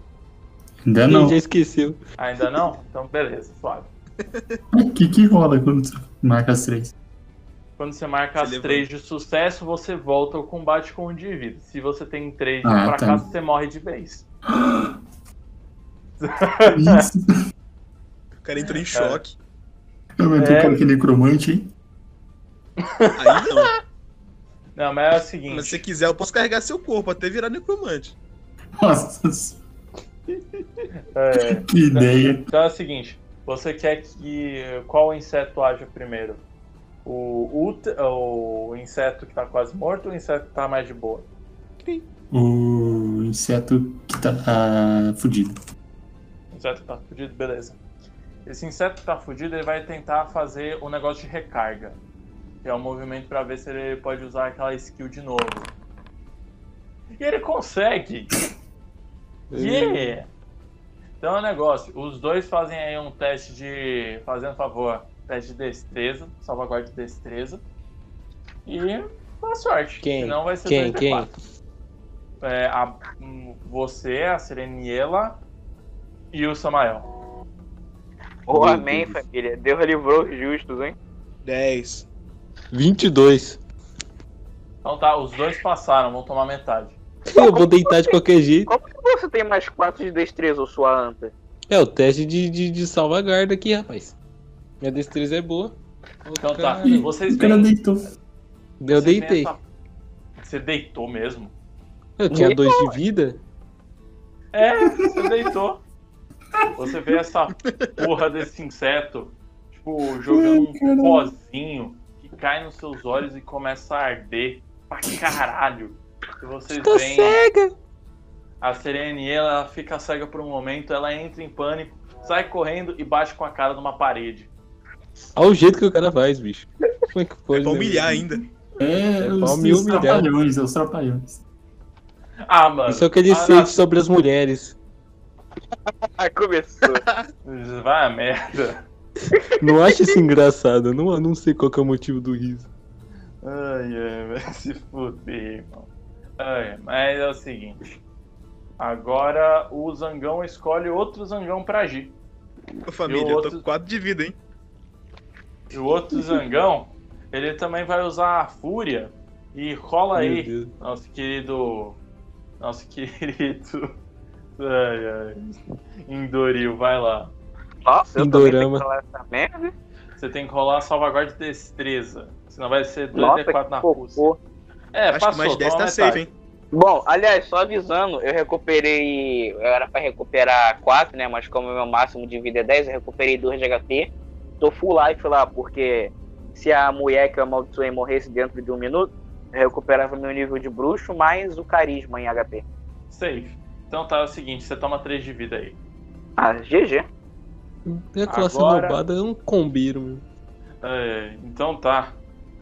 Ah, Ainda Ele não. já esqueceu. Ainda não? Então, beleza, suave. O que, que rola quando tu marca as três? Quando você marca Você as levanta. três de sucesso, você volta ao combate com um de vida. Se você tem três de Ah, tá. fracasso, você morre de vez. Isso. O cara entrou em choque. Eu não É. é. cara que é necromante, hein? Aí não. Não, mas é o Mas se você seguinte. quiser, eu posso carregar seu corpo até virar necromante. Nossa, é, que ideia. então é o seguinte. Você quer que. Qual inseto haja primeiro? O, ut, o inseto que tá quase morto ou o inseto que tá mais de boa? O inseto que tá ah, fudido. O inseto que tá fudido, beleza. Esse inseto que tá fudido, ele vai tentar fazer um negócio de recarga. Que é um movimento pra ver se ele pode usar aquela skill de novo. E ele consegue! Yeah! Então é um negócio, os dois fazem aí um teste de. Fazendo favor, teste de destreza, salvaguarda de destreza. E boa sorte. Quem? Senão vai ser Quem? 2D4. Quem? É, a- hum, você, a Sereniela e o Samael. Ô, Meu amém, Deus. família. Deus livrou os justos, hein? 10. 22. Então tá, os dois passaram, vão tomar metade. Eu vou deitar de qualquer jeito. Como que você tem mais 4 de destreza, ô sua anta? É o teste de, de, de salvaguarda aqui, rapaz. Minha destreza é boa. Ô, Então tá, cara, vocês o cara veem. deitou. Eu vocês veem deitei. essa- Você deitou mesmo? Eu tinha dois de vida. É, você deitou. Você vê essa porra desse inseto, tipo, jogando um pozinho que cai nos seus olhos e começa a arder pra caralho. E vocês Tô veem cega! a Serene, ela fica cega por um momento, ela entra em pânico, sai correndo e bate com a cara numa parede. Olha o jeito que o cara faz, bicho. Como é que pode? É pra né, humilhar bicho? ainda. É, É os, pra me os humilhar. trapalhões, é os trapalhões. Ah, mano. Isso é o que ele a- sente sobre as mulheres. Ah, começou. Vai a merda. Não acha isso engraçado? Não, não sei qual que é o motivo do riso. Ai, ai, vai se fuder, irmão. Ai, mas é o seguinte. Agora o Zangão escolhe outro Zangão pra agir. Ô, família, E o eu tô outro- com 4 de vida, hein? E o outro Zangão, ele também vai usar a Fúria. E rola aí, Meu Deus. nosso querido. Nosso querido. Ai, ai. Indoril, vai lá. Nossa, eu também tenho Dorama. que falar essa merda. Você tem que rolar a salvaguarda de destreza. Senão vai ser Nossa, 2D4 é na que força. cocô. É, Acho que passou, mais 10 toma metade. tá safe, hein? Bom, aliás, só avisando, eu recuperei. Eu era pra recuperar 4, né? Mas como o meu máximo de vida é 10, eu recuperei 2 de HP. Tô full life lá, porque se a mulher que eu amaldiçoei morresse dentro de um minuto, eu recuperava meu nível de bruxo mais o carisma em HP. Safe. Então tá, é o seguinte, você toma 3 de vida aí. Ah, GG. Minha classe Agora- roubada é um combeiro, meu. É, então tá.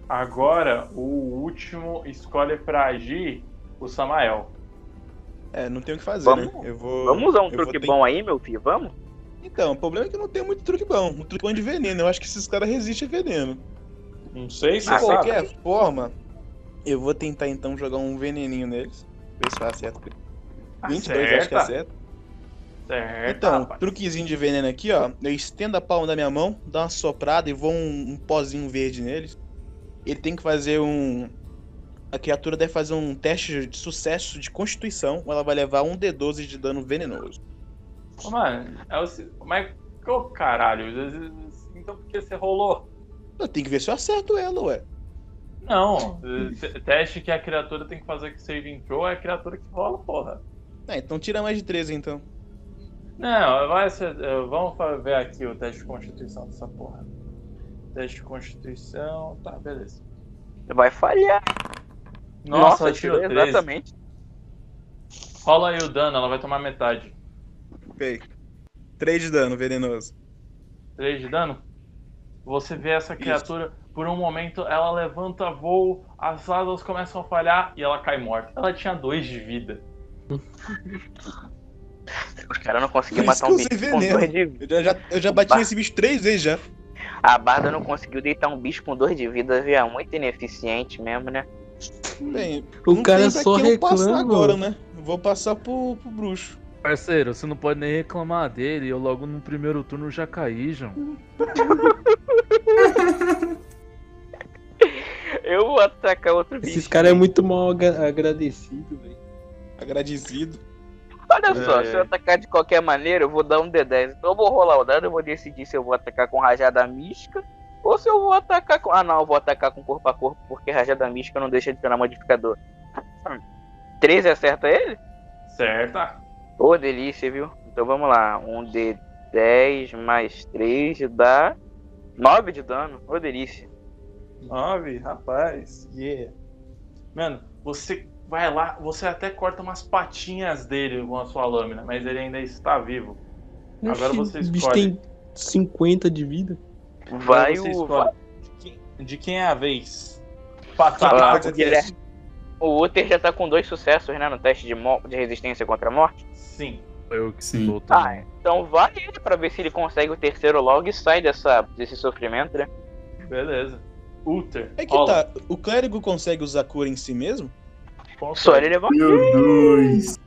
Agora o último escolhe pra agir o Samael. É, não tem o que fazer, Vamos- né? Eu vou. Vamos usar um eu vou truque ter- bom aí, meu filho? Vamos? Então, o problema é que eu não tenho muito truque bom. Um truque bom de veneno. Eu acho que esses caras resistem a veneno. Não sei De se você sabe. qualquer forma, eu vou tentar então jogar um veneninho neles. Ver se faz certo. 22, eu acho que Acerta. acerta. tá Certo, Então, rapaz. truquezinho de veneno aqui, ó. Eu estendo a palma da minha mão, dou uma soprada e vou um, um pozinho verde neles. Ele tem que fazer um. A criatura deve fazer um teste de sucesso de constituição. Ela vai levar um D12 de dano venenoso. Ô, Mano, é o... se- mas ô, caralho, então por que você rolou? Eu tenho que ver se eu acerto ela, ué. Não, eh, teste que a criatura tem que fazer que save throw é a criatura que rola, porra. Ah, então tira mais de 13 então. Não, vai ser- eh, vamos fa- ver aqui o teste de constituição dessa porra. Teste de constituição, tá, beleza. Vai falhar. Nossa, ela tirou tirou 13. exatamente. Rola aí o dano, ela vai tomar metade. Ok. 3 de dano venenoso. 3 de dano. Você vê essa criatura, por um momento ela levanta voo, as asas começam a falhar e ela cai morta. Ela tinha 2 de vida. Os caras não conseguiram Por isso matar que um eu bicho usei com veneno. 2 de vida. Eu já, já- eu já bati Bah. nesse bicho três vezes já. A Barda não conseguiu deitar um bicho com 2 de vida, viu? É muito ineficiente mesmo, né? Bem, O não cara tem pra só que eu passar reclama. agora, né? Vou passar pro, pro bruxo. Parceiro, você não pode nem reclamar dele. Eu logo no primeiro turno já caí, João. Eu vou atacar outro bicho. Esses caras é muito mal aga- agradecido, velho. Agradecido. Olha só, É. se eu atacar de qualquer maneira, eu vou dar um D10. Então eu vou rolar o dado, eu vou decidir se eu vou atacar com rajada mística ou se eu vou atacar com. Ah, não, eu vou atacar com corpo a corpo, porque rajada mística não deixa de ter modificador. 13 acerta ele? Certa. Ô, delícia, viu? Então vamos lá. Um D10 mais 3 dá 9 de dano. Ô, delícia. 9, rapaz. Yeah. Mano, você vai lá, você até corta umas patinhas dele com a sua lâmina, mas ele ainda está vivo. Agora Oxi, você O bicho escolhe. tem 50 de vida. Vai Agora você o. escolhe. De quem, de quem é a vez? Ah, Patará. Pode ser Guilherme. desse. O Uther já tá com dois sucessos, né? No teste de, mo- de resistência contra a morte. Sim. Eu que Sim. sou também. Então vai ele pra ver se ele consegue o terceiro logo e sai dessa, desse sofrimento, né? Beleza. Ulter. É que tá, o clérigo consegue usar cura em si mesmo? Só ele levar. Meu Deus. é?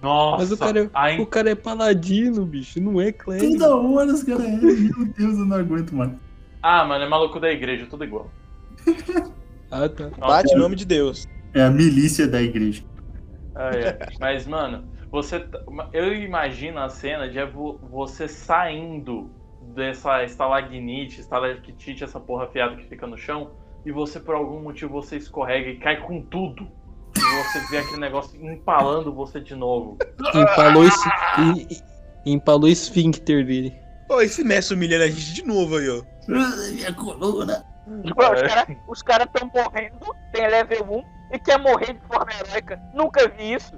Nossa, Mas o cara- aí O cara é paladino, bicho, não é clérigo. Toda hora os caras. É, Meu Deus, eu não aguento, mano. Ah, mano, é maluco da igreja, tudo igual. Ah, tá. Bate em nome de Deus. É a milícia da igreja. Ah, é. Mas, mano, você. tá- Eu imagino a cena de é vo- você saindo dessa estalagmite, estalactite, essa porra fiada que fica no chão, e você, por algum motivo, você escorrega e cai com tudo. E você vê aquele negócio empalando você de novo. Empalou, esse, e- e- e empalou o esfíncter dele. Tá Ó, esse mestre humilhando a gente de novo aí, ó. Ah, Minha coluna. Ué, um. os caras os cara tão morrendo, tem level 1 e quer morrer de forma heróica. Nunca vi isso.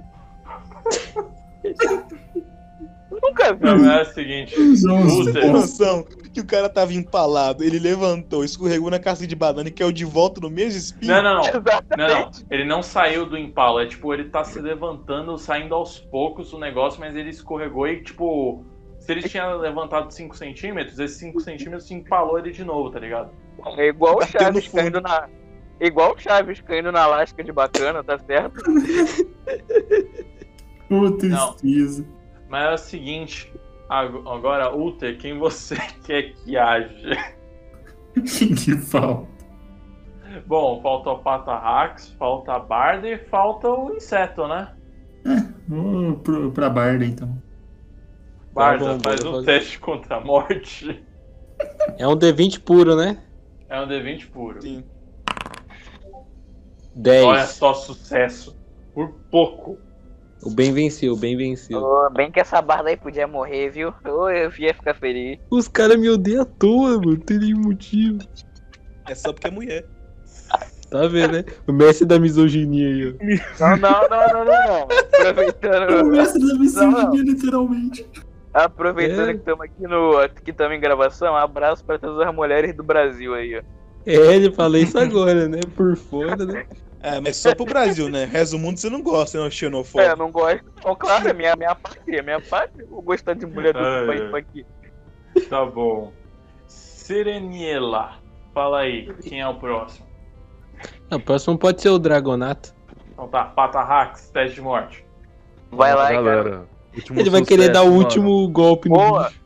Nunca vi. Não, é o seguinte. Os onze, Você tem porra. noção que o cara tava empalado, ele levantou, escorregou na casca de banana e caiu de volta no mesmo espinho? Não, não, não. Exatamente. Não, não, ele não saiu do impala, é tipo, ele tá se levantando, saindo aos poucos do negócio, mas ele escorregou e, tipo, se ele tinha levantado 5 centímetros, esses 5 centímetros empalou ele de novo, tá ligado? É igual o Bateu Chaves no fundo. caindo na. Igual o Chaves caindo na lasca de bacana, tá certo? Ô, tristeza. Mas é o seguinte, ag- agora, Uther, quem você quer que age? que falta. Bom, falta o Patarrax, falta a Barda e falta o inseto, né? Vou pro, pra Barda, então. Barda, bom, faz bora um fazer. teste contra a morte. É um D20 puro, né? É um D20 puro. Sim. Olha 10. só, sucesso. Por pouco. O bem venceu, o bem venceu. Ô, bem que essa barda aí podia morrer, viu? Ô, eu ia ficar feliz. Os caras me odeiam à toa, mano. Não tem nenhum motivo. É só porque é mulher. Tá vendo, né? O mestre da misoginia aí, ó. Não, não, não, não, não. não. O Aproveitando. mestre da missão Não, não. de mim, literalmente. Aproveitando É. que estamos aqui no. que estamos em gravação, um abraço para todas as mulheres do Brasil aí, ó. É, ele falei isso agora, né? Por fora, né? É, mas só pro Brasil, né? Resto do mundo você não gosta, não, xenofóbico. É, eu não gosto. Não, claro, é minha, minha pátria, minha pátria. Vou gostar de mulher do Ai, país ai. pra aqui. Tá bom. Sereniela, fala aí, quem é o próximo? Ah, O próximo pode ser o Dragonato. Então tá, Patarrax, teste de morte. Vai lá, hein, cara. galera. Último Ele vai querer sucesso, dar o mano. último golpe no É Boa. bicho.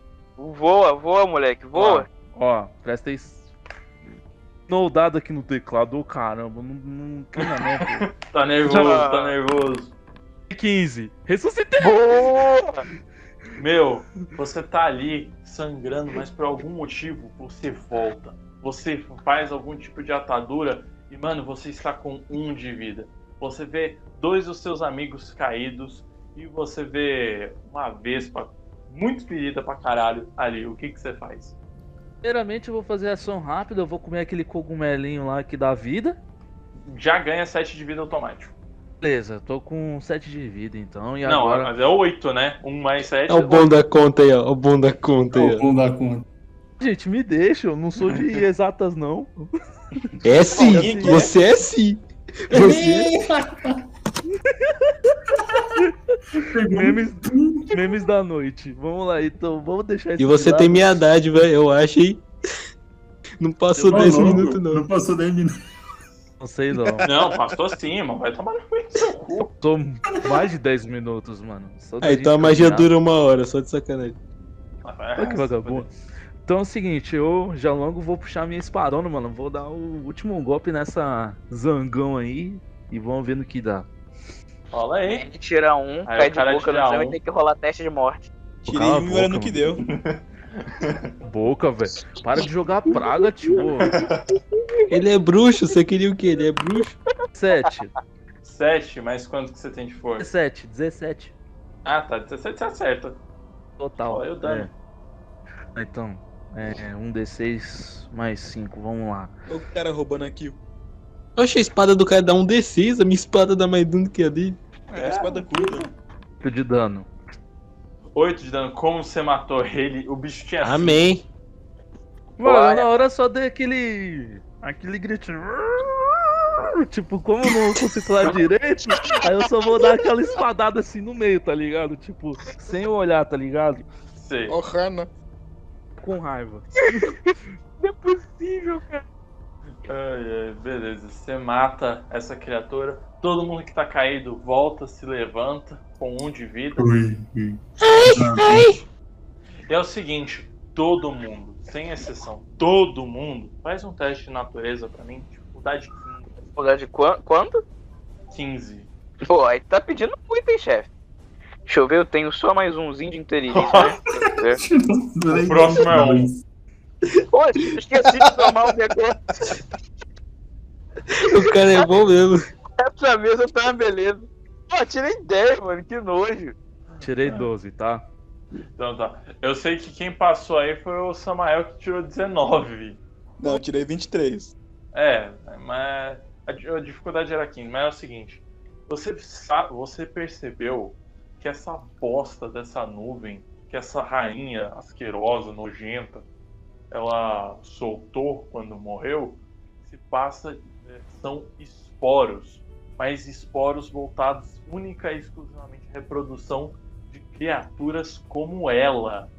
Voa, voa, moleque, voa. Ah. Ó, presta aí. No dado aqui no teclado, ô caramba, não, não queima não, pô. Tá nervoso, Ah. tá nervoso. 15. Ressuscitei! Boa! Meu, você tá ali sangrando, mas por algum motivo você volta. Você faz algum tipo de atadura e, mano, você está com um de vida. Você vê dois dos seus amigos caídos e você vê uma vespa muito ferida pra caralho ali. O que, que você faz? Primeiramente eu vou fazer ação rápida, eu vou comer aquele cogumelinho lá que dá vida. Já ganha 7 de vida automático. Beleza, tô com 7 de vida então, e Não, agora... mas é 8, né? 1 mais 7. É o bom da conta aí, ó. O bom da conta aí, Ô, ó. Vamos dar conta. Gente, me deixa, eu não sou de exatas não. É sim, Alguém quer? você é sim. Você é Memes, memes da noite. Vamos lá, então, vamos deixar E você de tem lado. minha idade, velho. Eu acho, hein? Não passou Eu Tá 10 louco? minutos, não. Não passou 10 minutos. Não sei não. Não, passou sim, mano. Vai tomar no cu do seu cu. Tô mais de 10 minutos, mano. Só da Ah, gente então a magia caminhar. dura uma hora, só de sacanagem. Olha que vagabundo. Então é o seguinte, eu já logo vou puxar minha espadona, mano. Vou dar o último golpe nessa zangão aí e vamos ver no que dá. Fala aí. Ele tira um, Aí cai o de cara boca no tira chão um. e tem que rolar teste de morte. Tirei Cala a um e olha no boca, que deu. Boca, velho. Para de jogar praga, tio. Ele é bruxo, você queria o quê? Ele é bruxo? 7. 7, mas quanto que você tem de força? 17, 17. Ah, tá. 17 você acerta. Total. Olha o dano. É. Então, é um D6 mais 5, vamos lá. Olha o cara roubando aqui. Eu achei a espada do cara dar um D6, a minha espada dá mais dano que a dele. É, espada curta. 8 de dano. 8 de dano. Como você matou ele? O bicho É tinha. assim. Ah, Amém. Mano, Olha. na hora eu só dei aquele. aquele gritinho. Tipo, como eu não consigo falar direito, aí eu só vou dar aquela espadada assim no meio, tá ligado? Tipo, sem olhar, tá ligado? Você. Ó, Hanna. Com raiva. Não é possível, cara. Ai, ai, beleza. Você mata essa criatura. Todo mundo que tá caído volta, se levanta com um de vida. Ui, ui. E é o seguinte: todo mundo, sem exceção, todo mundo, faz um teste de natureza pra mim. tipo, Dificuldade Lugar de quan- quanto? 15. Pô, aí tá pedindo muito, hein, chefe. Deixa eu ver, eu tenho só mais umzinho de inteligência. né? O próximo é um. Pô, esqueci de tomar um o negócio. O cara é bom mesmo. Essa mesa tá uma beleza. Pô, tirei 10, mano, que nojo. Tirei 12, tá? Então tá. Eu sei que quem passou aí foi o Samael que tirou 19. Não, eu tirei 23. É, mas a, di- a dificuldade era 15, mas é o seguinte. Você, sa- você percebeu que essa bosta dessa nuvem, que essa rainha asquerosa, nojenta, ela soltou quando morreu, se passa, é, são esporos. Mas esporos voltados única e exclusivamente à reprodução de criaturas como ela.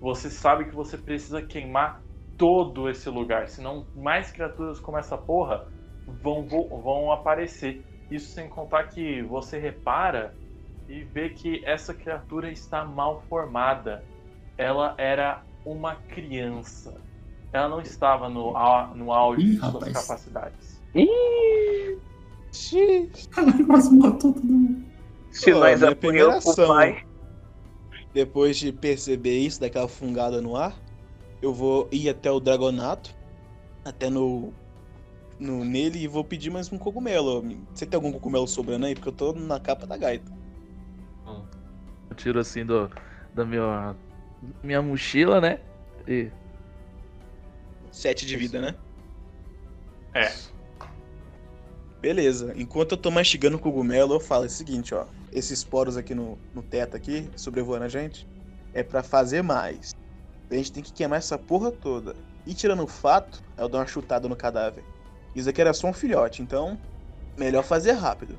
Você sabe que você precisa queimar todo esse lugar, senão mais criaturas como essa porra vão, vo- vão aparecer. Isso sem contar que você repara e vê que essa criatura está mal formada. Ela era uma criança. Ela não estava no, au- no auge Ih, de suas rapaz. capacidades. Caralho, quase matou todo mundo. Se Ó, nós minha é primeira apoiamos o ação. pai, Depois de perceber isso, daquela fungada no ar, eu vou ir até o Dragonato, até no, no nele e vou pedir mais um cogumelo. Você tem algum cogumelo sobrando aí? Porque eu tô na capa da gaita. Eu tiro assim do, da minha, minha mochila, né? E Sete de vida, né? É. Beleza. Enquanto eu tô mastigando o cogumelo, eu falo o seguinte, ó. Esses poros aqui no, no teto aqui, sobrevoando a gente, é pra fazer mais. A gente tem que queimar essa porra toda. E tirando o fato, é eu dou uma chutada no cadáver. Isso aqui era só um filhote, então melhor fazer rápido.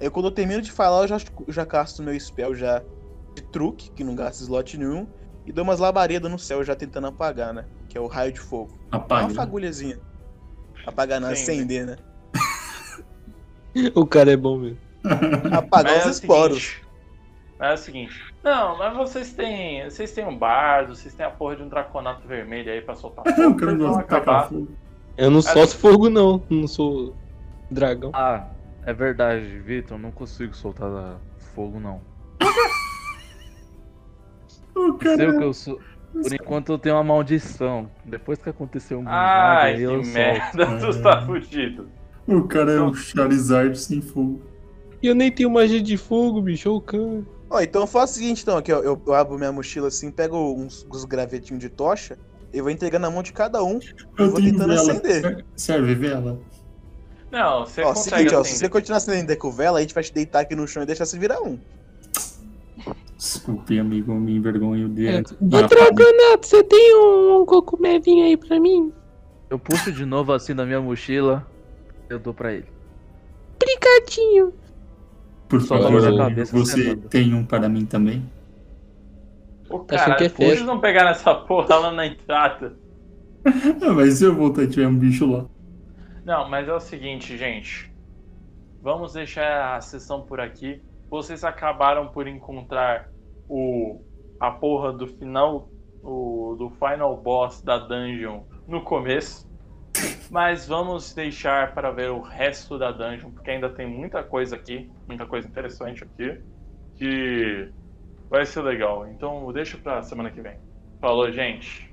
Aí quando eu termino de falar, eu já, já casto meu spell já de truque, que não gasta slot nenhum, e dou umas labaredas no céu já tentando apagar, né? Que é o raio de fogo. É uma Apaga. fagulhazinha. Apagar Sim, não, né? acender, né? O cara é bom mesmo. Mas Apagar é os o um esporos. seguinte, mas é o seguinte. Não, mas vocês têm. Vocês têm um bardo, vocês têm a porra de um draconato vermelho aí pra soltar fogo. É, Eu quero vocês vão gosto de tacar acabar. fogo. Eu não Cara, solto fogo, não. Não sou dragão. Ah, é verdade, Vitor, não consigo soltar da- fogo não. O Não Sei o que cara. eu sou. Por enquanto eu tenho uma maldição. Depois que aconteceu um Ai, milagre, eu que solto. merda, tu tá fudido. O cara é um Charizard sem fogo. E eu nem tenho magia de fogo, bicho. Ô, cara. Ó, então eu faço o seguinte, então, aqui, ó. Eu, eu abro minha mochila assim, pego uns, uns gravetinhos de tocha e vou entregando na mão de cada um. Eu Vou tenho tentando vela. acender. Serve vela? Não, você ó, Então consegue seguinte, ó. Se acender. você continuar acendendo com vela, a gente vai te deitar aqui no chão e deixar você virar um. Desculpe, amigo, eu me envergonho de. É. Ah, Ô, Dragonato, você tem um, um cocumelinho aí pra mim? Eu puxo de novo assim da minha mochila, eu dou pra ele. Brigadinho. Por Só favor, balança a amigo, cabeça, você Fernando. tem um para mim também? Ô, Tá cara, achando que é por que festa. vocês não pegaram essa porra lá na entrada? Ah, mas se eu voltar e tiver um bicho lá. Não, mas é o seguinte, gente. Vamos deixar a sessão por aqui. Vocês acabaram por encontrar o a porra do final o, do final boss da dungeon no começo. Mas vamos deixar para ver o resto da dungeon, porque ainda tem muita coisa aqui, muita coisa interessante aqui, que vai ser legal. Então deixa pra semana que vem. Falou, gente.